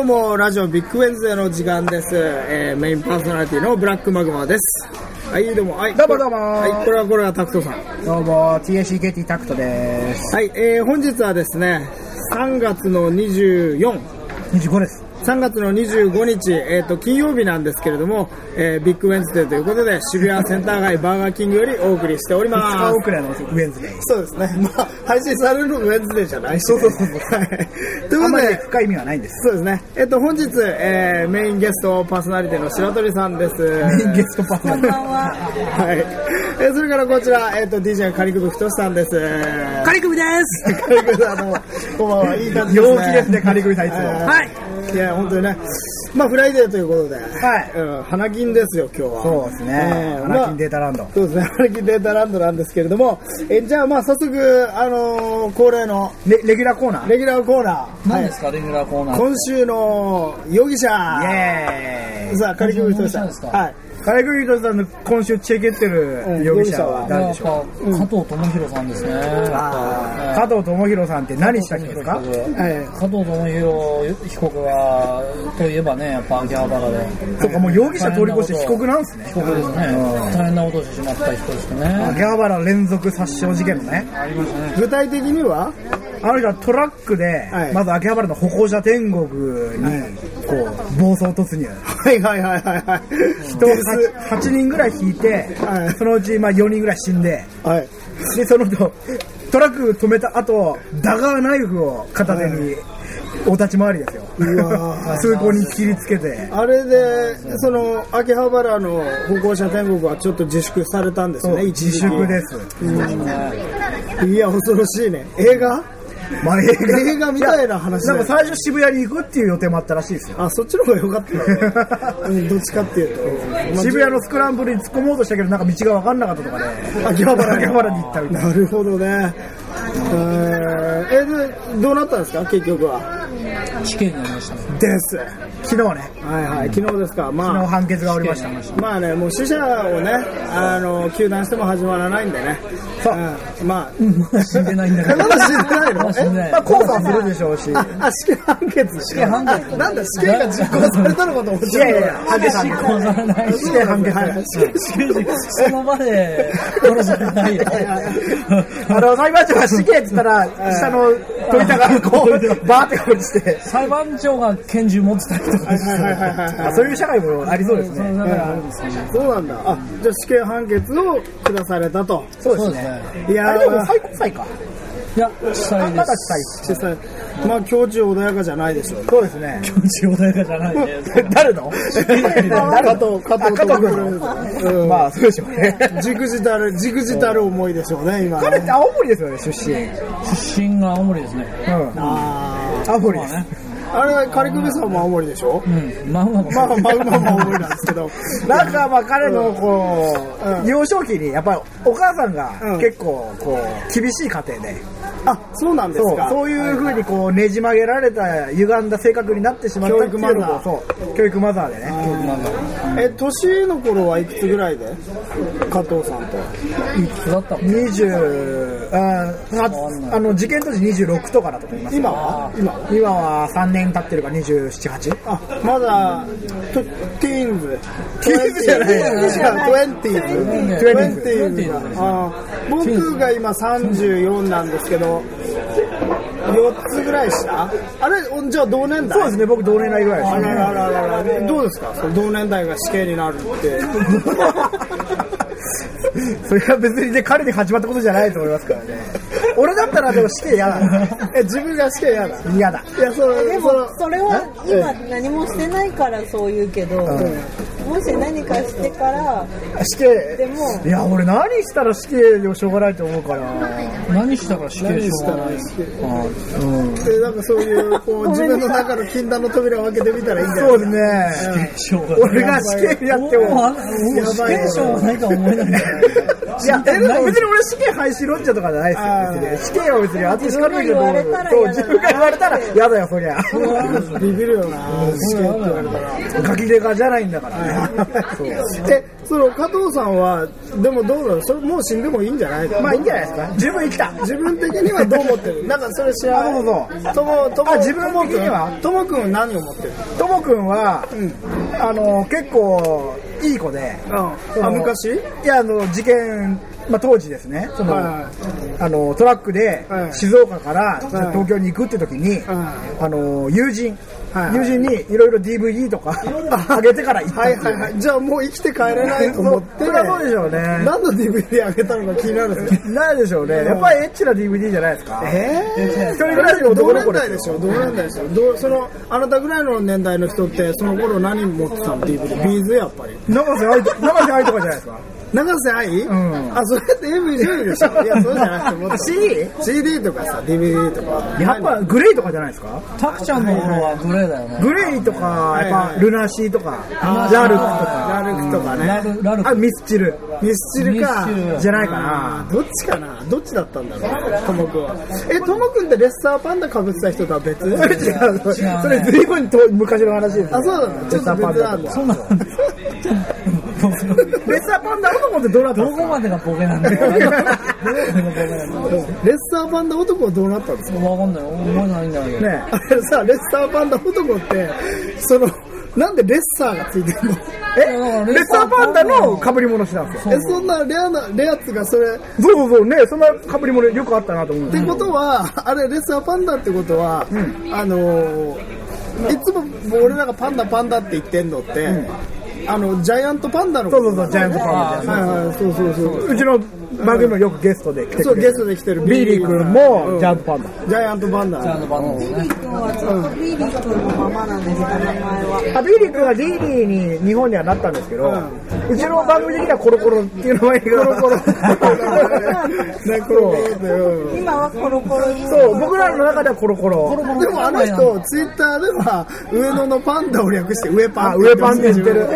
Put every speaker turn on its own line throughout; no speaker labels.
うもラジオビッグウェンズデーの時間です、えー、メインパーソナリティのブラックマグマですはいどうもはい
どうもどうも
はいこれはこれはタクトさん
どうも、TACKT タクトです。
はい、えー、本日はですね3月の243
25です。
月の25日、えー、と金曜日なんですけれども、えービッグウェンズデーということで渋谷センター街バーガーキングよりお送りしており
2
ま
日
す
遅れのウェンズデー。
そうですね。まあ、配信されるのウェンズデーじゃないし、ね。そうそうそう。はい。という
あ
こ
ん
と
まり
で、
深い意味はないんです。
そうですね。えっと、本日、えー、メインゲストパーソナリティの白鳥さんです。メ
ゲストパーソナリティ
はい。えーそれからこちら、えっと、DJ カリクブ太さんです。カリクブですカリクブあの、こんばんは。いい感じですね。
陽気ですねカリクブさんいつも
はい。いや、本当にね。まあ、フライデーということで。
はい
うん、花金ですよ、今日は。
そうですね
えー
花金データランド
まあそうですね、花金データランドなんですけれども、えーじゃあ、まあ、早速、あのー恒例の
レレギュラーコーナー。
レギュラーコーナー。
何ですか、レギュラーコーナー。
今週の容疑者
イエーイ。
さあ、カリクブ太さん。
今週の容疑者ですか
はい。
カリクリトさんの今週チェケってる容疑者は
や
誰で
っ
し
ぱ
ょ
加藤智博さんですね。
うか加藤智博さんって何した人ですか
はい
加藤智博被告は、といえばね、やっぱ秋葉原で。
そうか、もう容疑者通り越して被告なんですね
被。告ですね。大変なことをしてしまった人ですね。
秋葉原連続殺傷事件のね。
具体的には
あの人はトラックで
はい、
まず秋葉原の歩行者天国に、こう、暴走突入。
はいはいはいはいはい。
人を
です
8人ぐらい引いて、
はい
そのうちまあ4人ぐらい死んで、
はい。
で、その後、トラック止めた後、ダガーナイフを片手に、お立ち回りですよ。
うわ
通行に切りつけて。
あれで、その、秋葉原の歩行者天国はちょっと自粛されたんです
そう
ね、
自粛です。
す。いや、恐ろしいね。映画
まあ、映
映画みたいな話だ
な
よ
んか最初渋谷に行くっていう予定もあったらしいですよ。
あ、そっちの方が良かった なうん、どっちかっていうと。
渋谷のスクランブルに突っ込もうとしたけど、なんか道が分かんなかったとかで、
秋葉原
秋葉原に行ったみたいな。
なるほどね。えー、えで、どうなったんですか、結局は。
死刑になりましたね。
です。は
昨日ね、
いはい、昨日ですか。
昨日
まあ、
判決がおりました。
まあね、もう死者をね、あの、球団しても始まらないんでね。
そう
うんまあ、
死んでない んだけど。
まだ死んでないの
まだ死んでない
まあ、控訴はするでしょうし。
あ、死刑判決死
刑判決
なんだ、死刑が実行されたのかと思って
いやいやいや、判決
死刑
判
ならない。
決。死刑判決。
その場で殺されないよ。
あの、裁判長が死刑って言った ら、下の鳥田がこう、バーって落ちて、
裁判長が拳銃持ってたりとか。
はいはいはいはいは
あ
い。
そういう社会もありそうです
その
ね。
中であるんですよね。
そうなんだ。あ、じゃあ死刑判決を下されたと。
そう
そう
で
ですす
ね。
ね。
い
あ
や
れでも
ー、
最高裁か。
いや、地裁で
まだ
す。
地
実際、まあ、境地穏やかじゃないでしょう。
裁。そうで すね。
地方大学じゃないで
誰の
加藤、加藤
加藤
君
君。
うん
まあ、そうでしょうね。
じくじたる、じくじたる思いでしょうね、今ね。
彼って青森ですよね、出身。
す。出身が青森ですね。
うん。
あ
青森
ま
です。
あね。
ーあれ、カリクビさんも青森でしょ
うん。まあまあ
ま
ま
あ、マグマも青森なんですけど。
なんかまあ彼のこ
う
う、
ん
幼少期にやっぱりお母さん
う
が
ん
結構こう、厳しい家庭で、
あ、そうなんです
そう
か。
そういうふうにこうねじ曲げられた歪んだ性格になってしまったっていうの
教育マザ
も
ー
そう教育マザーでね
え、年の頃はいくつぐらいで加藤さんと。
あ、いくつだったの
20あーああの事件当時26とかだと思います
今は今は
今は3年経ってるから278
あ、まだ、トティーンズ。
ティーンズじゃない
違う、トゥエンティーズ。
ト
ゥエン
トゥエン
テ
テ
ィ
ィ
ー
ー
ズ
ズあー僕が今34なんですけど、4つぐらいしたあれ、おじゃあ同年代
そうですね僕同年代ぐらい
あ
です
ら
ね
ららららどうですかその同年代が死刑になるって。
それは別にね彼に始まったことじゃないと思いますから ね俺だったらでもして嫌だ
え、自分が死刑嫌だ。
嫌だ
いや、その、
でも
その
それは今何もしてないからそう言うけど、もし何かしてから
して
でも
いや俺何したら死刑でもしょうがないと思うから
何したから死刑し
何
ょ
し
う
た
がな
ら
い。
死刑
うん
でなんかそういう、こう、自分の中の禁断の扉を開けてみたらいいんじゃない
そ
う
ですね
しょうがない。
俺が死刑やって
もう
も
あもう死刑しょうがないとは思えないんだよね。
いや別に俺死刑廃止論者とかじゃないですよ別に死刑は別にあってしかないけど
自分が言われたら
そう
嫌だな
自分が言われたら嫌だよそりゃ
ビビるよな
そうだよね
ガキデカじゃないんだからね
え、そその加藤さんはでもどうなのそれもう死んでもいいんじゃない
まあいいんじゃないですか十分生きた
自分的にはどう思ってるなんかそれ知らない
あそうそ
ともとも
あ自分的には
ともくんは何を持ってる
ともくんは、あの結構いい子でその
あ昔
いやあの事件、まあ、当時ですねその、
はいは
あのトラックで
はい
静岡から
い
東京に行くって時に、
は
あの友人、
はい
友人にいろいろ DVD とか あげてから行ったっ
は
てい
いうはいはいじゃあもう生きて帰れないと思って
そりゃそうでしょうね
何の DVD あげたのか気になるんですよ
なんでしょうねやっぱりエッチな DVD じゃないですか
え
一人暮らしの
同
男の
年
子で
代
す
で
よ
しょ同年代でしょどうそのあなたぐらいの年代の人ってその頃何持ってたの DVD ビーズやっぱり
永瀬愛と永瀬愛とかじゃないですか
永瀬愛、
ん
あそれって AV 女優でしょいやそうじゃなくて もっと
CD?
CD とかさ DVD とか
やっぱグレイとかじゃないですか
タクちゃんの頃はグレーだよね。
グレイとか、
い
やっぱルナシーとか、
あー
ラルクと
ラ
か、
ルクとかね
ラルラル
あ、
ク。
ミスチル
ミスチルか
ミスチル
じゃないかな。
どっちかなどっちだったんだろうともくんはえともくんってレッサーパンダかぶってた人とは別 違
それ違う、それそれ随分と昔の話です。
あそうなのちょっと別なんだ
そうな んだ。
レッサーパンダ男ってどうなったん
ど
です
こまでがボケなんだよ。どこまでがボケなんだよ。
レッサーパンダ男はどうなったんですか
わかんない。覚えないんだけど。
かね
あれさレッサーパンダ男ってそのなんでレッサーがついてるの
えレッサーパンダの被り物してたんですよ。
えそんなレアなレアつがそれっ
そうそうそう、ね、そんな被り物よくあったなと思うん
て
です
ことはあれレッサーパンダってことは、あのーいつも俺らがパンダパンダって言ってんのって、あのジャイアントパンダのこ
そ
と
うそうそう、ジャイアントパンダじゃん。
はいはいそうそうそう
うちの番組のよくゲストで来てくれる。
そうゲストで来てる
ビリー君
う
も
ん
ジャイアントパンダ。
ジャイアントパン
あ
ダ
のバンドね。
リー君はずっとビーリー君のままなんですか、名前は。
あビリー君はリーリーに日本にはなったんですけど、
う
うんちの番組的にはコロコロっていう名前がコ ロ
ねコロコロだよ
今はコロコロに。
そう僕らの中ではコロコロ
でもあの人ツイッターでは上野のパンダを略して上パン
あ上パンって言ってる、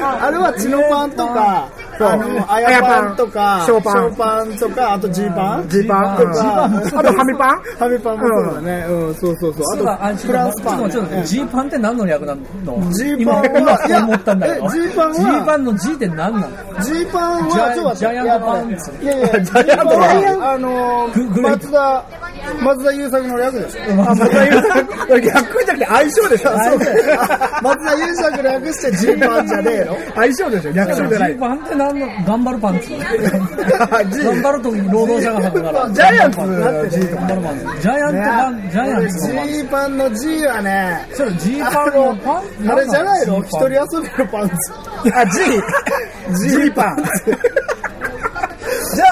あれはチノパンとか、
そう
あの、あやパンとか、
ショーパン
パンとか、あとジーパン
ジーパン
と
とか
か、
あとハミパン
ハミパンもそうだね。うん、そうそうそう。あと、フランスパン。
ちょっと待って、ちょっと待ってジーパンって何の略なの
ジーパンは
今、今そう思ったんだけど。
いやえジーパンは
ジーパンの G って何なの
ジーパン
ジ
は、
ャイ
ちょっと待って
ジャイアントパンツ
いやいや、ジャイアントパン。あの
グ
ー、
グレート
松田、松田優作の略でしょ。
あ松田優作逆じゃなくて相性でしょ
そうだよ松田優作略してジーパンじゃねえの
相性でしょ逆
ジ
性じゃない
ーパンって何の頑張るパンツ頑張る時に労 働者が履くから。
ジャイアンツ
頑
の G とか
張るパンツ。ジャイアントパン、ジャイアンツのパンツ。
ジーパンの G はね、
ちょっとジーパ
あ
ンのパン
の、あれじゃないの一人
人
遊びのパンツ。
あ G G パン
じゃ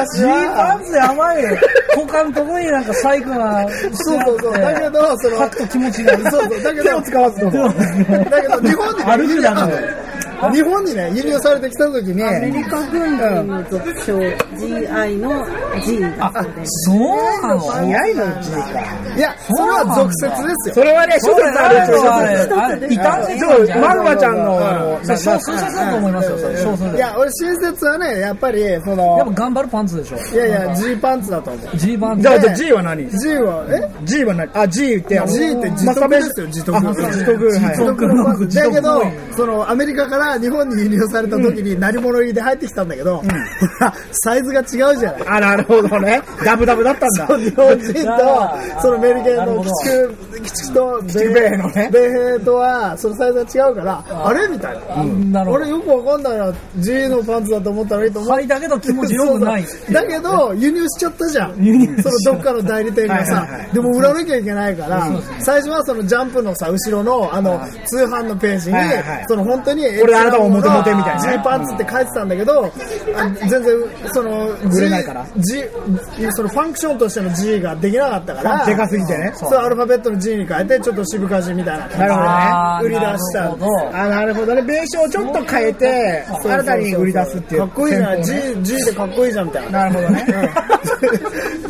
あ、
ジーパンツやばいよ。股間のとこになんかサイクがしてあって。
そうそうそう。だけど、その、
履くと気持ちがいい。
そうそう。だけど、
手を使わずとも
だけど、日本にね、
歩くだから
日本にね、輸入されてきた時に、
アメリカ軍人の俗称、GI の G だそうです。
そうなの
早いの G か
いや、それは俗説ですよ。
それはね諸説ある
そうだ
諸
ね
説
あれいたんで
ちょっとマグマちゃん
の。
のあの
それ少数説だと思いますよ、それ。少数
い
説。や
や、俺、新説はね、やっぱり、そ
っぱ
の、
頑張るパンツでしょ。
いやいや、G パンツだと思う。
ジーパン
じ
ツ
ゃ。あじゃあ G は何
G は、え
G は何あ G ってあの
G って自
マスタ
得
ベー
で
ション
すよ、自得。
自得はい
自得の
自
だ
得
けど
自、
その、アメリカから日本に輸入された時に何者入りで入ってきたんだけど、ほら、 サイズが違うじゃない。
あなるほどねダブダブだったんだ
日本人と、そのメリケンの鬼畜、鬼畜と、鬼
畜米兵のね
米兵とは、そのサイズが違うから、あれみたいな。
なるほど
俺。よくわかんないな、G のパンツだと思ったらいいと思う
はい、。だけど気持ちよくない。
そうそうだけど、輸入しちゃったじゃん。そのどっかの代理店がさ
はいはいは、
でも売らなきゃいけないから、最初はそのジャンプのさ、後ろの、あの、通販のページに
はいはいはい、
その本当に、
これあなたもモテモテみたいな
G パンツって書いてたんだけど、あ全然、その、
売れないから
G、G そのファンクションとしての G ができなかったから、
でかすぎてね
そう、アルファベットの G に変えて、ちょっと渋かじみたいな
なるほどね
あー
売り出した
なるほど
あなるほどね名称をちょっと変えて新たに売り出すっていう
かっこいいじゃない
戦法ね
G, G でかっこいいじゃんみたい な
なるほどね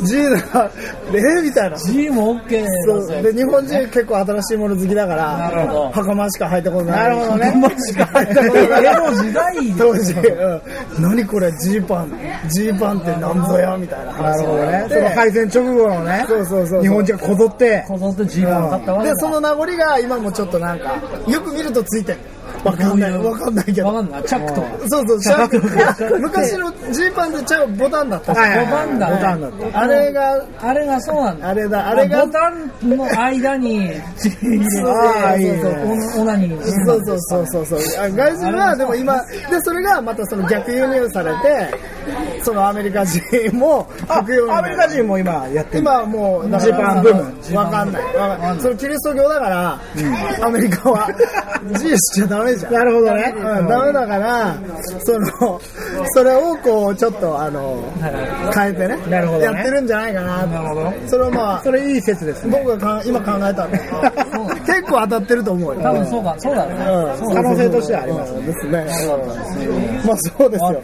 G だからえーみたいなそ
G も OK だ
う
ぜ。
で日本人結構新しいもの好きだから
なるほど
袴しか履いたことない
なるほどね
袴しか履いたことない
いやもう時代
当時、うん、何これ G パン G パンってなんぞやみたいな
な
話
るほど
で
ねその敗戦直後のね
そうそうそうそう
日本人がこぞって
こぞって G パン買ったわけ
で
だ。
その名残が今もちょっとなんかよく見るとついてるわかんない、わかんないけ
わ
ど。
かんない。チャックとは。
そうそう、シャー昔のジーパンでちゃうボタンだった。
はいはい
ボタンだね
ボタンだった。あれが、
あれがそうなんだ。
あれだ、あれが
ボ、タンの間に、そう
あーいいね
そうそう、オナニーをする
そうそうそうそうそう。あ外人はでも今でそれがまたその逆輸入されて、そのアメリカ人も
あ
行くようにな
ア
る
メリカ人も今やってる
今はもうだから
ジーパンブー
ム
わかんない。わかんないそれキリスト教だから、アメリカは G しちゃダメじゃん。
なるほどね
うんダメだから、そのそれをこうちょっとあの変えてね、
なるほどね
やってるんじゃないかな。
なるほど。
それはまあ
それいい説ですね
僕がかん今考えた んだけど
そうなんだ
結構当たってると思うよ。
多分そうか、そうだね。そう
可能性としてはありますね。ですね。まあそうですよ。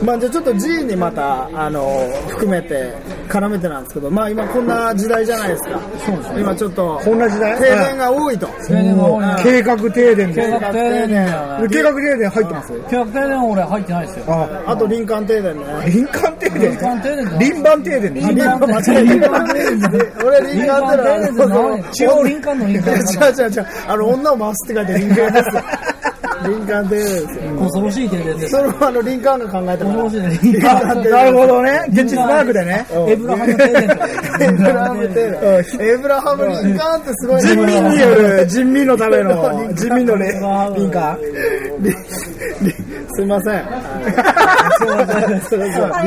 うん。まあじゃあちょっと G にまた、あの、含めて、絡めてなんですけど、まあ今こんな時代じゃないですか。そうです今ちょっと、
こんな時代
停電が多いと。
停電が多いね
計画停電
計
で
画停電だよね。
計画停電入ってます
計画停電は俺入ってないですよ。
あ
あと林間停電ね。
林間停電
林間停電だ
林間停電
林間
間
停電
俺林間停電
林間停電中央林間の林 間
違う違う違う。あの、女を回すって書いて林間です よ。林間停電ですよ。
恐ろしい停電です
そ。れもあの、林間の考えて
恐
もら
ろ
う
しい停電。
あなるほどね現実マークでね
エブラハム停電とか。
エブラハム停電。エブラハム林間ってすごいね
人民による人民のための人民のね林間
すいません。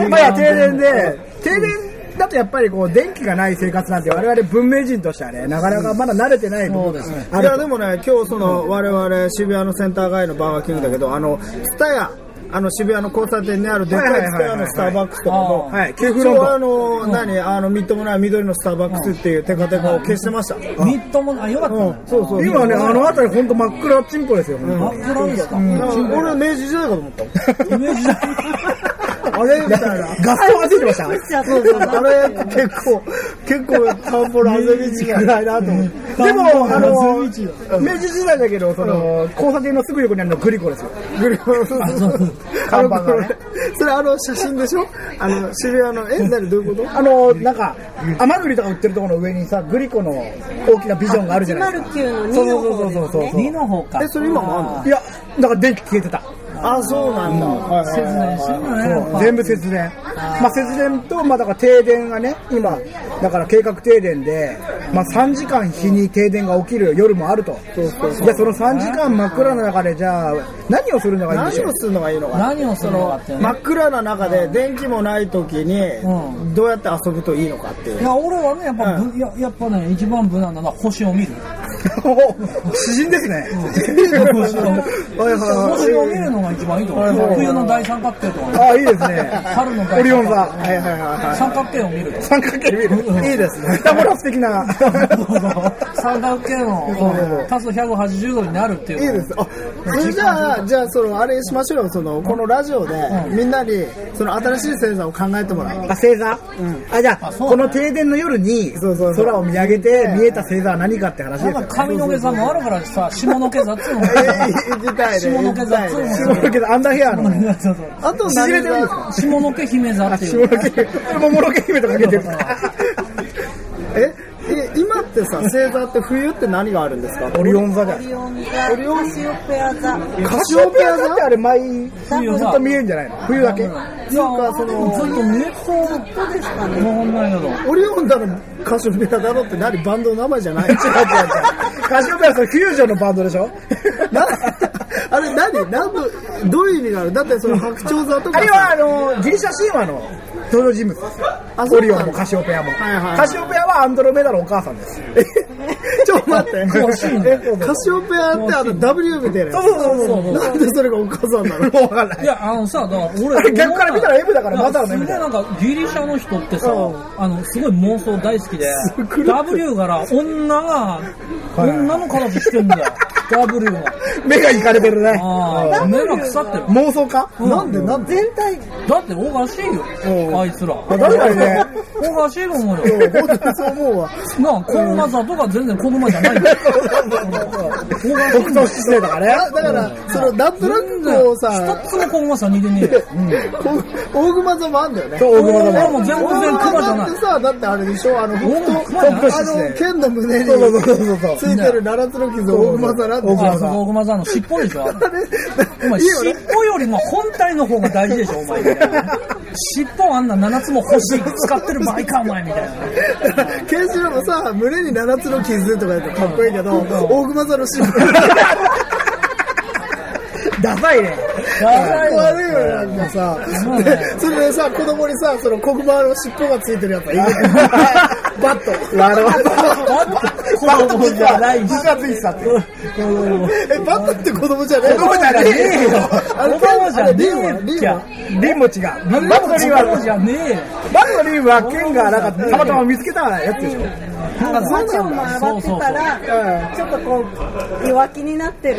今や停電で停電だとやっぱりこう電気がない生活なんて我々文明人としてはねなかなかまだ慣れてない部分
そうですね
あ
い
る
やでもね、今日その我々渋谷のセンター街のバーガーキングだけど、あの、ツタヤ、あの渋谷の交差点にあるでっかいツタヤのスターバックスとかも、
はい
一
旧フロン
応あ
ト
の、何、あの、みっともない緑のスターバックスっていうテカテカを消してました。
みっともない。あ、よかったね。
そうそう。
今ねあの辺り本当真っ暗チンポですよ
真
本
っ暗ですか。
だから俺明治時代かと思 ったもん。
イメージだ。
あれみたいな。
当ガス灯がついてました
そうそう、あれ結構、結構、カンポラゼビチくらいだと思って。
でもあの
う
明
ん
治時代だけどその交差点のすぐ横にあるのグリコですよ
グリコそうそうそう。
看板がね
それあの写真でしょあの、渋谷の、え、何どういうこと
あのなんか甘栗とか売ってるところの上にさグリコの大きなビジョンがあるじゃないですか
109の
そう
2の
そ
方
う
で
そう
すね
そうそう
二の方か。
え、それ今もあんの
いやだから電気消えてた
あ、そうなんだ。はいはい
節
はい
電してるのねやっぱ。
全部節電まあ節電と、まあ、だから停電がね今だから計画停電で、まあ、3時間日に停電が起きる夜もあると
そうそうそう
じゃあその3時間真っ暗の中でじゃあ何をするのがいいんでし
何
ょう
をするのがいいのかな
何をするのかっていうね
真っ暗な中で電気もない時
う
にどうやって遊ぶといいのかってい
いうや、俺はね、やっぱ、ぶ、や、やっぱね、一番無難なのは星を見る。
お詩人ですね、
星を
はいはいはい
星を見るのが一番いいと思う。冬の大三角形と
あ
か、
あいいですね
春の
オ
大三角形
リオン座
はいはいはいは
三角形を見るよ。
三角形見る
いいですね
ピタゴラス的な
三角形の、足す180度になるって
い
い。
いうですあそれじゃあじゃあそのあれしましょうよそのこのラジオでみんなにその新しい星座を考えてもらう
あ星座、あじゃあ
あそう
こ
だね
の停電の夜に
そうそうそう
空を見上げて見えた星座は何かって話ですよ
なんか
ね
髪の毛座もあるからさ、下の毛座っつうのも。
え行きたいね
下の毛座っつうのも
行
そうだけどアンダーヘアの
そうそう
あと
縮
何
れてるんです
座
か
下の毛姫座って
下
いう
の。毛ももの毛姫とかけてる
ええ今ってさ星座って冬って何があるんですか
オリオン座じゃ
オ
ん
リオン座カシオペア座
カシオペア座ってあれ毎ず
冬
っと見えるんじゃないの冬だけ
いや、その、ずっと見えそう。わ
どうですかね
かんないけど。
オリオンだのカシオペアだろって何バンドの名前じゃ ない違う違
カシオペアそれフュージョンのバンドでし ょ
なあれ何何のどういう意味があるだってその白鳥座とか
あ
さ
れはあのギリシャ神話の登場人物です
あそ
オ
うな
リ
の
オンもカシオペアも、
はいはい
カシオペアはアンドロメダのお母さんです
ちょっと待って
詳しいね
えカシオペアってあの W みたいなやつ
そうそうそう
なんでそれがお母さんなの
分かんない
いや、あのさ、だから俺、
あれ逆から見たら M だからまだね
ね。すげ
み
え
たいな
なんか、ギリシャの人ってさ、あの、すごい妄想大好きで、W から女が、女の形してんだよ。W が。
目がいかれてるね
ああ、目が腐ってる。
妄想か、
なんでなんで全体
だっておかしいよ、あいつら。
まあ確かにね
おかしいと思うよ。
本当にそう思うわ
なあ、子馬座とか全然子馬じ ゃないんだよ。
北斗七星だからね。
だから、その、なんとなくこうさ、
一つも小熊さん似てねえよ。
こう大熊座もあんだよね。
そう、大熊
俺
だ
もう全
大
然
熊
熊じゃ
座
な
っ
い
て。さ、だってあれでしょ、あの、北
大熊
斗、
熊じゃない
北
あ
斗
の、剣の胸に
そうそうそうそうそう
ついてる七つの傷、大熊座なんて
大熊
あ
座
そこ大熊さんの尻尾でし ょ。お前、
いいよ
尻
ね
尾よりも本体の方が大事でしょ、お前みたいな。尻尾あんな7つも星使ってる場合か、お前 みたいな。
ケンシロウもさ、胸に七つの傷とか言ってかっこいいけど、大熊座のシーン、
ダサいね。
かっこ悪いよね、なんかさ。で、それでさ、子供にさ、その黒板の尻尾がついてるやつはいる ねバット。
笑わ
だって、子供じゃないし。
がついてたって。
え、バットって子供じゃねえ
子供じゃねえよ
あれ、
子供じゃねえよ
あれリンはリンは
リンも違う。バ
バ
ッ
ッ
ト
ト
リ
リ
ン
ーはじ
は、
ゃねえよ。
バットリンは剣がなんかたまたま見つけたやつでしょ。
なんか街を回ってたら、ちょっとこう、弱気になってる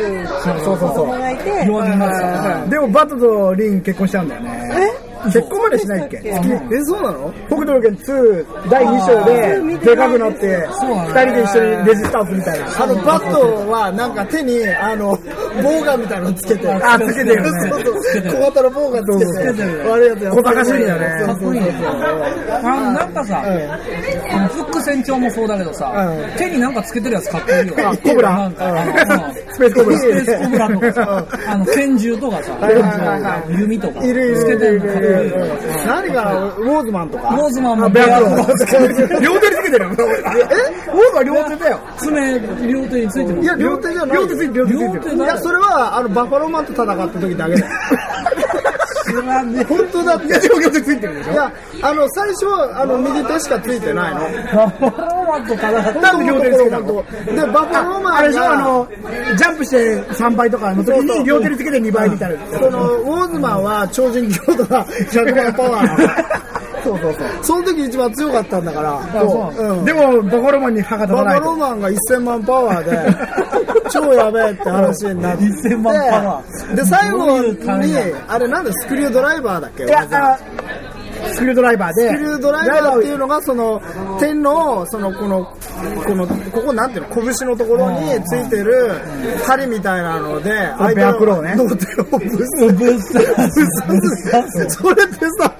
子供がいて、
弱気になってた
でもバットとリン結婚したんだよね。
え
結婚までしないっけ
そう
え、そうなの
北斗の拳2第2章ででかくなって2人で一緒にレジスターすみたいな
あの、バットはなんか手に、あの、棒がみたいなのつけて。
あつけてるね
そうそう。小型の棒がつけ
そう
て
そう。
悪いやつや
小賢しいんだよね
かっこいいね。あの、なんかさ、あのフック船長もそうだけどさ、
う
手になんかつけてるやつかっこいいよ。
あコブラ
なんか、あの
スペースコブラ
スペースコブラとかさ、あの、拳銃とかさ、
いはいは
弓とか、
いるい
つけ
るい
て
るい
るのかっこいい
る
よね。。
何が、ウォーズマンとか
ローズマンも
ベ
ベ
ア
ア
ク
ク
ロ
ロ
ー
ー
両手につけてるよえウォーズは両手だよ
爪、両手についてま
い
す。
や、両手じゃない。
両手ついてる両手ついて
両
る
手
い
だ
や、それは、あの、バファローマンと戦った時だけだよ。本当だって。
いや両手ついてるでし
い
ょ
や、あの、最初は、あの、右手しかついてないの。
バファローマンと戦った
なんで両手につけたの
本当で、バファローマンが
あれでしょあのジャンプして3倍とかの時に両手につけて2倍みたいな
そのウォーズマンは超人強度が100倍パワーなのそうそうそうその時一番強かったんだからうん
でもボコロマンに歯が立
バ
たな
カ
い
ロ
と
マンが1000万パワーで超やべえって話になって
1000万パワー
で最後
どういう感じ
に
なの
あれなんだスクリュードライバーだっけ
いやあスクリュードライバーで
スクリュードライバーっていうのがその点のそのこのこのここなんていうの拳のところについてる針みたいなので相手
ベアクロー
の
ね
脳手をぶっ
ブッサー
それってさ、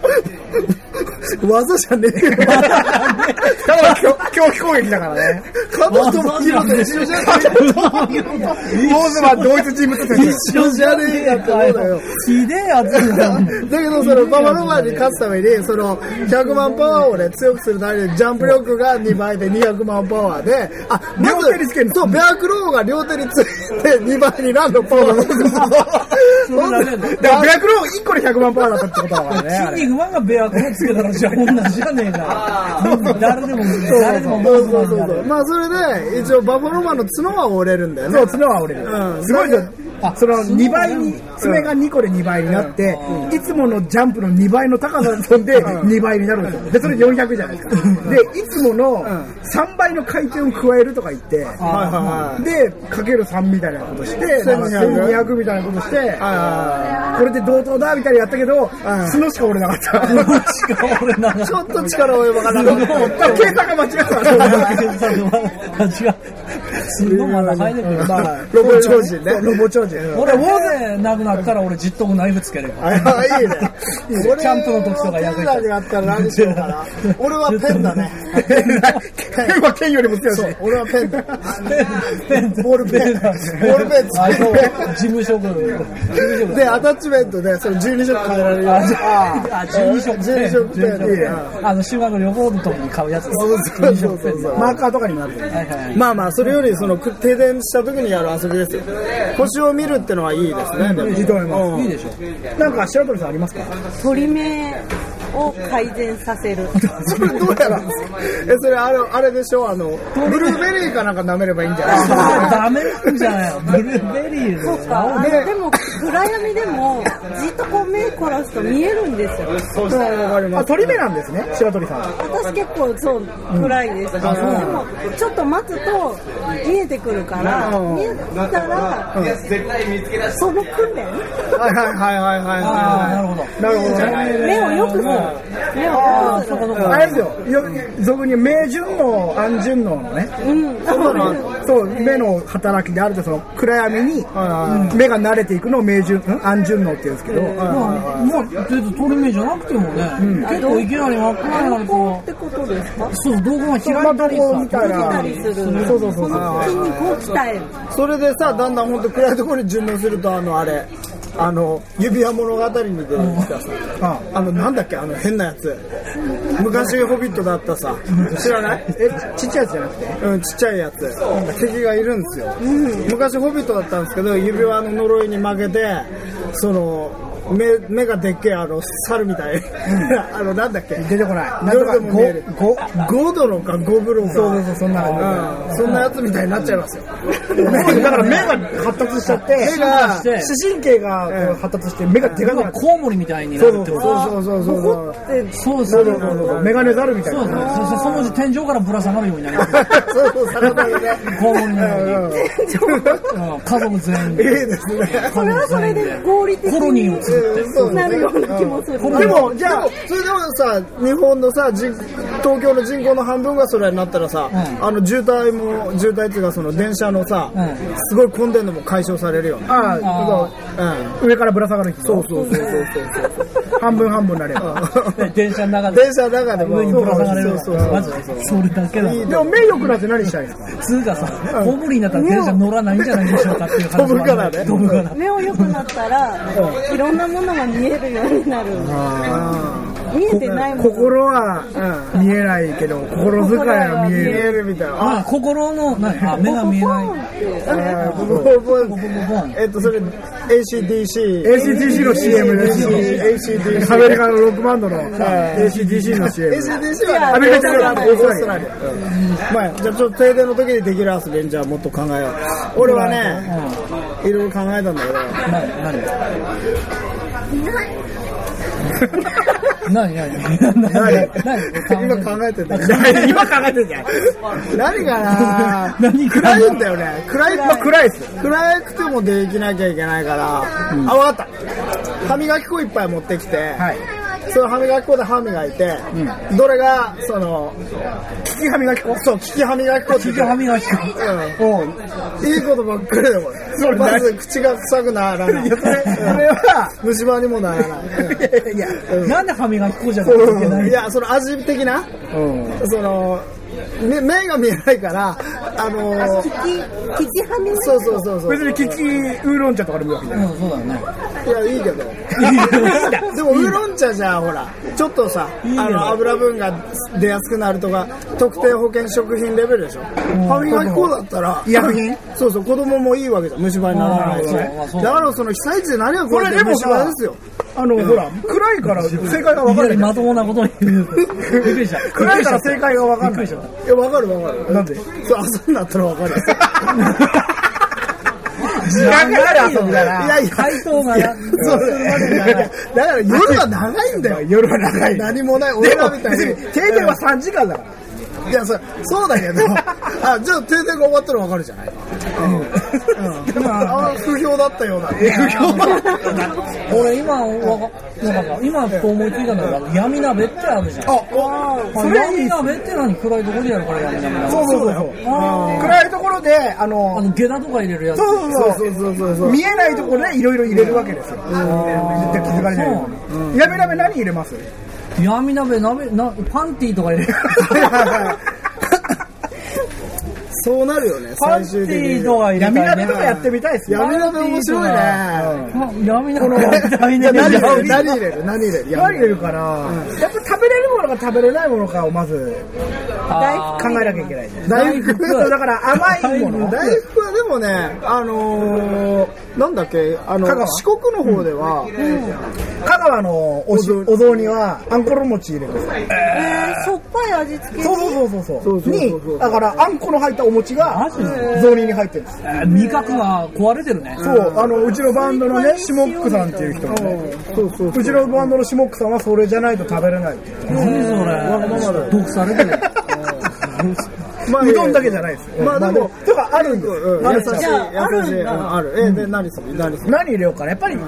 技じゃねえよ。
ただの狂気攻撃だからね
加藤智弘と一緒じゃね
ウォーズは同一人物説
え一緒じゃねえやって思うのよ。
ひでえやつだよ。
だけど、その、ババロマンに勝つために、その、100万パワーをね、強くするために、ジャンプ力が2倍で200万パワーで、あ、まず
両手につけるの
そう、ベアクローが両手について2倍になるの、パワー
だから
それだけだよ
ブラックロー1個で100万パワーだったってことだからねあれ
筋肉マンがベアクローつけたらじゃあ同じじゃねえか。誰でも、誰でも
そ
ボ
う
ス
そ
マ
う
ンに
そ
な
うそう。
る。
まあ、それで、一応、ババロマンの角は折れるんだよね
そう。角は折れる、
うん
すごいじゃん
あ
その
角
2倍に
う
爪が2個で2倍になって、いつものジャンプの2倍の高さで飛んで2倍になるんですよでそれ400じゃないですかでいつもの3倍の回転を加えるとか言って
はいはいはい。
でかける3みたいなことして
1200
1200みたいなことして
はいはいはい。
これで同等だみたいなやったけど角しか折れなかった
しか俺なが
ちょっと力及ばなかった。
計算が間違ってた
ら。違う。すごいまだ入れてる。
ロボ超人ね。
ロボ超人
俺、ウォーゼなくなったら俺じっともナイフつけるよ。
あいいね。俺
キャンプの時とか役に立つ
俺が手裏になったら何しようかな。俺はペンだね。
剣は剣よりも強いし
俺はペンだ。
ペン、
ボールペン。ボールペン
あ、そう
つけ
事務職。事務
て。。
職
で、アタッチメントで、その12色変えられるよ。
あ、じゃあ、12色
12色ペン。
いいね
あの、修学旅行の時に買うやつです。
そうそうそうそう。
マーカーとかにもなるよね
はいはい。
まあまあ、それより、その、く停電した時にやる遊びですよ。星を見るってのはいいですね、でも
いいと思いま
いいでしょ。
すなんか白鳥さんありますか
取り目を改善させ る。
それどうやらんですかえ、それあれ、あれでしょあの、ブルーベリーかなんか舐めればいいんじゃない
ダメなんじゃないのブルーベリー
そ
の
うか、あのでも暗闇でもじっとこう目凝らすと見えるんですよ。
わかりま
あ
す。
鳥目なんですね白鳥さん
私結構そう暗いですけど、でもちょっと待つと見えてくるから、見えたら、その訓練、
はいはいはいはいはい
あ
は
あ、ないる。ほど。
なるほどね。
目をよくね
ああ、
そこ
のあれですよ、よ俗に名順脳、暗順脳のね、
うん
そうなの
そう、目の働きであると、その暗闇に
は
目が慣れていくのを明順、ん暗順脳って言うんですけど、
まあ、まあ、別に取り目じゃなくてもね、結構いきなり真っ暗になる
こ
と
うっ、てことですか
そう、動画が開いたり
まあこう
さ
見、たら
見たりする
そうそうそうそう
この筋肉を鍛える
それでさだんだん本当暗いところに順応するとあのあれあの指輪物語に出てきたさ
あ
あのなんだっけあの変なやつ昔ホビットだったさ知らない
え、ちっちゃいやつじゃなくて、
うん、ちっちゃいやつなんか敵がいるんですよ、昔ホビットだったんですけど指輪の呪いに負けてその目目がでっけえあの猿みたい あのなんだっけ
出てこない。なんと
夜
か
でも見える
ごご
ゴドロかゴブロか
そうそうそうそんな感
うん、そんなやつみたいになっちゃい ますよ
目だから目が発達しちゃって、
目が
して
視神経 がこう発達して、目がでかくなっちゃう。
コウモリみたいにな
そ
る
う
ってこと
そうそうそうそう。
そうです
そ
ね。
うそうそうメガネザルみたい
そうですね
な。。
そしてそのうち天井からぶら下がるようになります。
そうそう魚でね
コウモリのように。
い
うん家族全員
い
で。
ですね
それはそれで合理的
コロニーを
に
作って。
そう
なるような気もする
でも、じゃあ、それでもさ、日本のさ、人東京の人口の半分がそれになったらさ、
うん
あの渋滞も、渋滞っていうか、その電車のさ、
うん
すごい混んでるのも解消されるよね。
あ
あ
うん。
上からぶら下がる人。そうそうそうそう。半分半分になれば。
で電車の中で
電車の中でも、
上にぶら下がれる
そうそう
マジでそれだけだ。
でも目良くなって何したいんですか
つうかさ、コウモリになったら電車乗らないんじゃないでしょうかっていう話もある
飛ぶからね
飛ぶから。
目を良くなったらいろんなものが見えるようになる見えてないもの
心は見えないけど、心遣いは見 え
見え
る。
るみたいな。
あ、心の、何あ、目が見えない。
あー僕覚
ボ
え
ンボン。
えっと、それ、ACDC。
ACDC の CM ですよ。
ACDC。
アメリカのロックバンドの ACDC の CM。
ACDC はね
アメリカじゃない
オーストラリア。うんまあ、じゃあちょっと停電の時にできる遊びにじゃあもっと考えよう。俺はね、いろいろ考えたんだけど、
何何何何何
今考えてた。
今考えてるじゃん。
何か な
何かな
暗いんだよね。暗い、まあ
暗いっす。
暗くてもできなきゃいけないから、あ、わかった。歯磨き粉いっぱい持ってきて、
はい。
その歯磨き粉で歯磨いて、どれが、その、
利き歯磨き粉
そう、利き歯磨き粉って言っ
聞き
て
はみがき
うん
おう
いいことばっかりだこれ。
それ
まず口が臭くならない。
いやそれそれは
うん虫歯にもならない。
いや、
なんで歯磨き粉じゃなきゃいけない
いや、その味的な、
うん。
その、目目が見えないから、あの
あ
ー、
聞き聞きはみ
そうそうそうそう。
別に利きウーロン茶とかでもいいわけじゃ
う
ない。
ん、そうだね。
いや、いいけど。でも、ウーロン茶じゃ、ほら、ちょっとさ、
いいけど
あの、油分が出やすくなるとか、特定保険食品レベルでしょ。歯磨き粉だったら、
医薬品
そうそう、子供もいいわけじゃん。虫歯にならないし。
あーそう
だから、その被災地で何がこ
こ
れ
れ
で
でも
虫歯
さ
ですよ。、
あの、ほら、暗いから正解が分か
いきなり
る。
まともなこと言う。びっくりした。
暗いから正解が分か
びっ
んな
くり
い
し。た。
いや、わかるわかる。
なんで
そう、朝になったらわかる よ。
時間がある遊びだ
い
な。
やいや、
回答がな、
そうだから夜は長いんだよ。
夜は長い。
何もない、俺
で
ら
も
みたい
別
に
に。停電は3時間だから。
いや、そうそうだけど、あ、じゃあ停電が終わったらわかるじゃない。うん。でも、ああ、不評だったような。
俺今、わか、なんか今こう思いついたんだけど、闇鍋ってあるじゃん。
あ、
あ闇鍋って何暗いところでやるから闇鍋。
そうそうそう。
あ
暗いところで、あ
あ
の、
の、下駄とか入れるやつ。
そう
そ
そうう
そうそうそ
そうう。見えないところでいろいろ入れるわけですよ。絶対気づかれないように。やめらめ何入れ ます
闇鍋、鍋、な、パンティーとか入れる。
そうなるよね、
パン
最終
テ
的
ィ
に
ー。とか入れたい
闇
ね。
鍋とかやってみたいですよ。
闇鍋面白いね。
あ闇鍋やりたい
じゃ
ね。
あ何入れる
闇
何入れ
鍋
る何入れる
何入れるかな、やっぱ食べれるものか食べれないものかをまず
あ
考えなきゃいけないね。
大福
そうだから甘いもの。
大福はでもね、あのー、なんだっけ、あの
香川、
四国の方では、
香川のおしお雑煮はあんころ餅入れるんですよ
えーしょっぱい味付け
そうそうそうそう
そうそうそうそう
にだからあんこの入ったお餅が
マジで
雑煮に入ってるんです
ー味覚が壊れてるね。
そうあのうちのバンドのねシモックさんっていう人もね
そうそう
うちのバンドのシモックさんはそれじゃないと食べれないって言って
何それ。毒されてる。
まあ
うどんだけじゃないです。
まあでも、
とかあるんです。
うん、優しい、優しい
じゃああるん、だ
うんある。え、で、何する何する
何入れようかなやっぱり、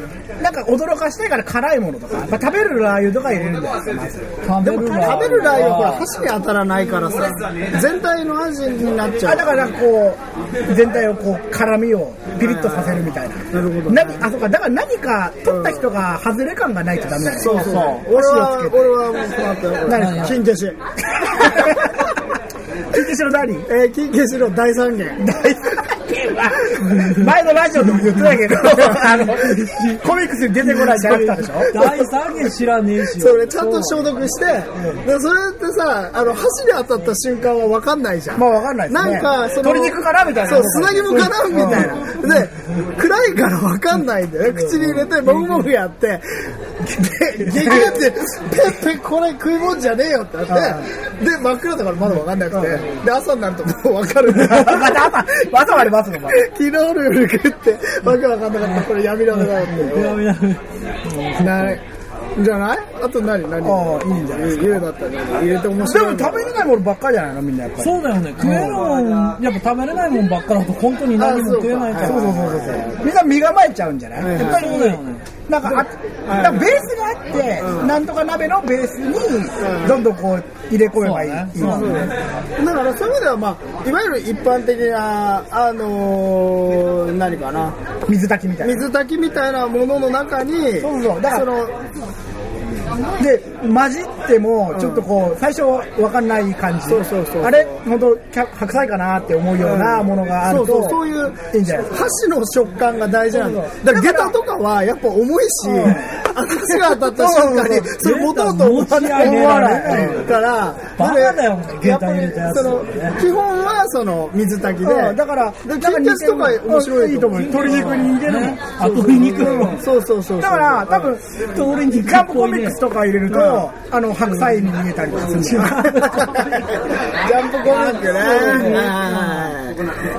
なんか驚かしたいから辛いものとか、やっぱ食べるラー油とか入れるんだよ、まず。
食べる
食べるラー油、ほ ら、箸に当たらないからさ、全体の味になっちゃ
あ
う
だ。からこう全体をこう辛みをピリッとさせるみたいな。
なるほど
何あそうかだから何か取った人が外れ感がないとダメだよね。
そうそう。俺
箸を
は
つ、けて。
俺は、もう、こうなったよ。
何
金消し。
緊急しろダーリン。
えー、金消しの大三元。
大好き 前のラジオでも言って たけど、あの、コミックスに出てこないキャラクターでしょ
第三元知らねえし
それちゃんと消毒して、でそれってさあの箸に当たった瞬間は分かんないじゃん、
まあわかんないですね
なんかその
鶏肉かなみたいな
そう砂肝かなみたいな、で暗いから分かんないんだよね口に入れてもぐもぐやってで激やってペッペこれ食い物じゃねえよってなってで真っ暗だからまだ分かんなくてで朝になるともう分かるんだよ
また朝、朝まで 待つの、まだ
昨日の夜食ってわけ分かんなかったこれ闇だなだ ってないじゃないあと何何
ああいいんじゃない
ゆうだったら何入れて面
で
白い
も食べれないものばっかりじゃないのみんなやっぱり。
そうだよね食えるもんやっぱ食べれないもんばっかだと本当に何も食えないから
そうそうそうそうそう。みんな身構えちゃうんじゃない、
はい
やっぱ
そうだよ
り、
ね
なんかあ、なんかベースがあって、なんとか鍋のベースに、どんどんこう、入れ込めばいい。
そうだね
そうねだからそういう意味ではまあいわゆる一般的なあのー、何かな
水炊きみたいな。
水炊きみたいなものの中に
そうそうだから
その
で、混じっても、ちょっとこう、最初わかんない感じ。
そうそうそう
あれ、本当白菜かなって思うようなものがあると、
そうそうそういう
いいんじゃないですか。
箸の食感が大事なんだよだから下駄とかはやっぱ重いし
うん
私が当たった瞬間にそれ持とうと思わない
持ち上げ
思
ら
わ
れ
な
ない
いから
バカだよ
や
下
っぱ
駄に入れ
り
たやつ
その基本はその水炊きで
うんだから、
で金消しとか面白いと思う
鶏肉に似てるもん。
あ鶏肉も
そうそうそうそう
だから、多分、
俺に
ジャンプコミックスとか入れると、あの、白菜に見えたりとかするんだよ
ジャンプコミックねは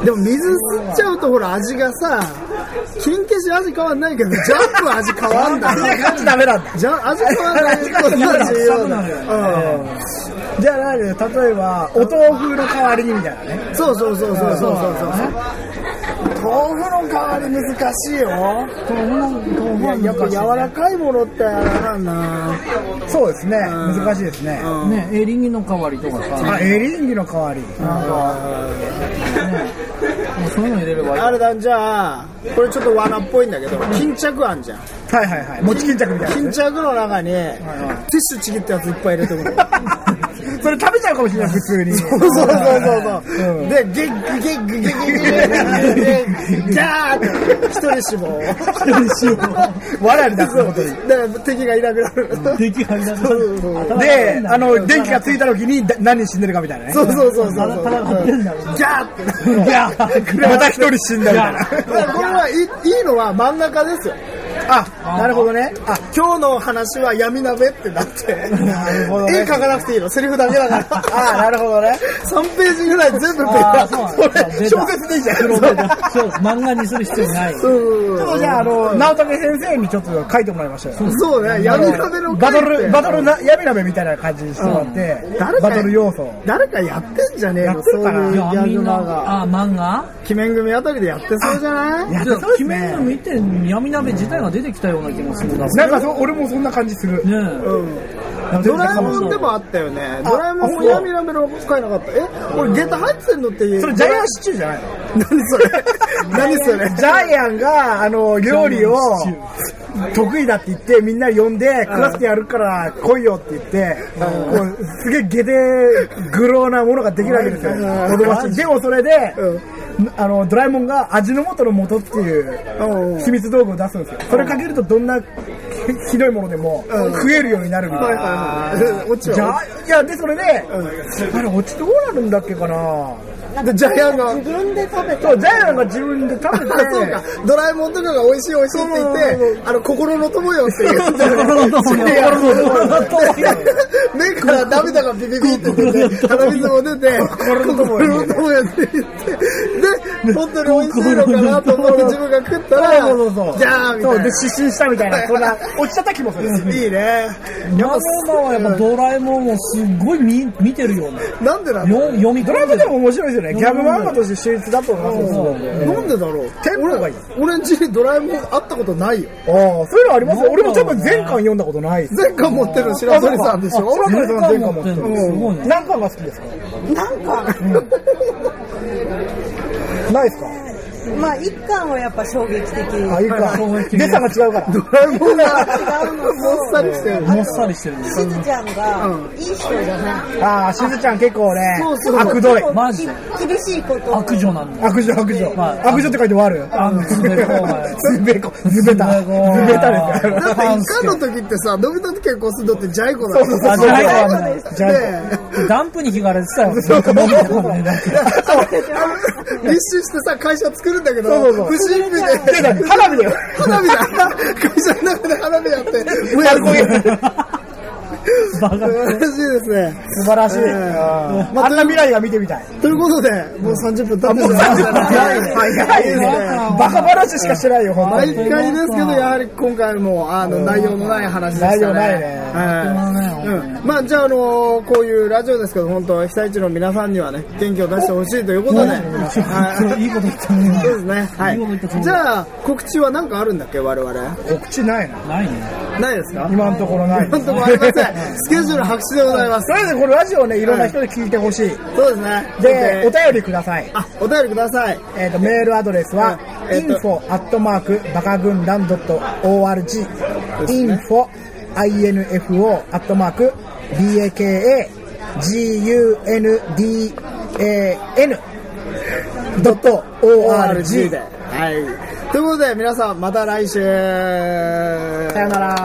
い。でも水吸っちゃうとほら味がさ、金消し味変わんないけど、ジャンプ味変わんだ
味が
よ。
勝ちダメなんだ。
じゃ味変わんない。
味が変わんない
重要
臭くなるよ
だうん
じゃあ、なんだよ例えば、お豆腐の代わりにみたいなね。
そうそうそうそうそうそうそう。豆腐の代わり難しいよ。いややっぱ柔らかいものってあれなんだな。
そうですね。難しいですね。
ねエリンギの代わりとかさ
あ、エリンギの代わり。
もうそういうの入れればいい
あれだじゃあこれちょっと罠っぽいんだけど、巾着あんじゃん。
はいはいはい。餅巾着みたいな
巾
やつね。
着の中に、ティッシュちぎったやついっぱい入れてくる。
それ食べちゃうかもしれない、普通に。
そう
そ
そう そうそう。で、ゲッグゲッグゲッグゲッグゲッグ、ギャーって、一人死亡。
笑い出すことに。
だから敵がいなくなる。
出来上がった
で、あの、電気がついた時にだ何人死んでるかみたいなね。
そうそうそうそう。
戦ってんだもん
ギャーって。
いや、また一人死んだみたい
だからこれはいいいいのは真ん中ですよ。
な。あ、なるほどね。
あ、今日の話は闇鍋ってなって。
なるほど
絵
ね
描。かなくていいの、セリフだけだから。
あ、なるほどね。
3ページぐらい全部ペ
あ
ー
あそうなん
ジ。こ
だ
れ、小説でいいじゃん。
黒部だそう漫画にする必要ない
うん
ちょっとじゃあ、あの、直武先生にちょっと書いてもらいましょうよ。
そうね、闇鍋の
バ
回
ト
って
ル、バトルな、闇鍋みたいな感じにしてもらって、
誰か
バトル要素を。
誰かやってんじゃねえ
やっ
の
て
そう
るかな
いうギャ
闇
グ
の
マが。
あ漫画
鬼面組あたりでやってそうじゃない
やって
じゃ
そう
あ
です
鬼
ね
面の見て闇鍋自体が出てきたような気もするだ
なんかそう、俺もそんな感じする。
ね
うん、ドラえもんでもあったよね。
あ
ドラえもん
あ
も
そう
闇鍋の使えなかった。え俺ゲタ入ってんのって。
それジャイアンシチューじゃないの
何それ 何それ
ジャイアンが、あの、料理を、得意だって言って、みんな呼んで、食わせてやるから来いよって言って、こうすげえ下で、愚弄なものができるわけですよ。
ん
おどましいでもそれで
うん、
あの、ドラえもんが味の素の素っていう
うんうん
秘密道具を出すんですよ。それかけるとどんなひどいものでも
うん
食えるようになるみた
はいい
な。
はいはい。落ち
じゃ
は
あ、いや、で、それで、あれ、落ちどうなるんだっけかな
な
でジャイアンが
自分で食べた
そう、ジャイアンが自分で食べて、
あそうか、ドラえもんとかが美味しい美味しいって言って、あの、心の友よって言 って、目から涙がビビビって出て、鼻水も出て、心の友よって言って、で、本当に美味しいのかなと思って自分が食ったら、
そうそうそう
じゃあ、み
そ
た
う
い
で、失神したみたいな、そんな、落ちちゃった気もする。
な。いいね。
ママはやっぱドラえもんをすっごい見見てるよね。
なんでなんだ
よ読み込ん
ドラマ
で
で
る
も面白いですよね。ギャグ漫画として秀逸だと思いますよ。
なんでだろう
テンポがいい
俺俺んちにドラえもん会ったことないよ。
ああ、そういうのありますよ。俺も多分全巻読んだことないです。
前回持ってる白鳥さんでしょ
あ白鳥さん全巻持
持っ
ってて
る
る。
のすごいね。
何巻が好きですか
なんか、
ないです
まあ一巻はやっぱ衝撃的
かあ、いいか。デッサンが違うから。
ドラえもんが、
違うの
もっさりして る。
もっさりしてるんです
しずちゃんがいい人じゃない、
ああ、しずちゃん結構ね
そうそう、
悪どい。
マジで
き厳しいことを
悪女なんだよ。
悪女、悪女。
はい
悪女って書いて悪。
あのつべこお前
ズベコ、ズベタ。
ズ
ズ
ベコ
ベタです
だ
よ。
って一巻の時ってさ、のび太と結婚するのってジャイコだよね。
あ、ジャイコはね、
じゃあ、
ダンプに惹かれてたよね。なんか伸びたもんねなんか
あの立志してさ、会社作るんだけど、
そうそうそう
不審火
て
で、
か花火だよ。
花火だ。会社の中で花火や って、燃やる
こういう
バカ。
素晴らしいですね。
素晴らしい。
ええ
うんあんな未来が見てみたい。
ということで、もう30分経ってしまいましたね。
早いですね。バカ話しかしてないよ、ほんと
毎
に。
回ですけど、やはり今回も、あの、内容のない話でしたね。
内容ないね
はい。うん。まあ、じゃあ、あのー、こういうラジオですけど、本当被災地の皆さんにはね、元気を出してほしいということで。はい。
いいこと言ったね。
そうですね。はい
いこと言ったと
い。
思う
じゃあ、告知は何かあるんだっけ、我々。
告知ないな。
ないね。
ないですか
今のところない。
本当もありません。スケジュール白紙でございます
と。りあえずこれラジオね、いろんな人に聞いてほしい。
そうですね。
で、お便りください。
あ、お便りください。
えっ、と、メールアドレスは、
うんえーと
info アットマークバカ軍団 .org、info info アットマーク baka gundan ドット org
ORG で。はい。ということで、皆さん、また来週。さ
さよなら。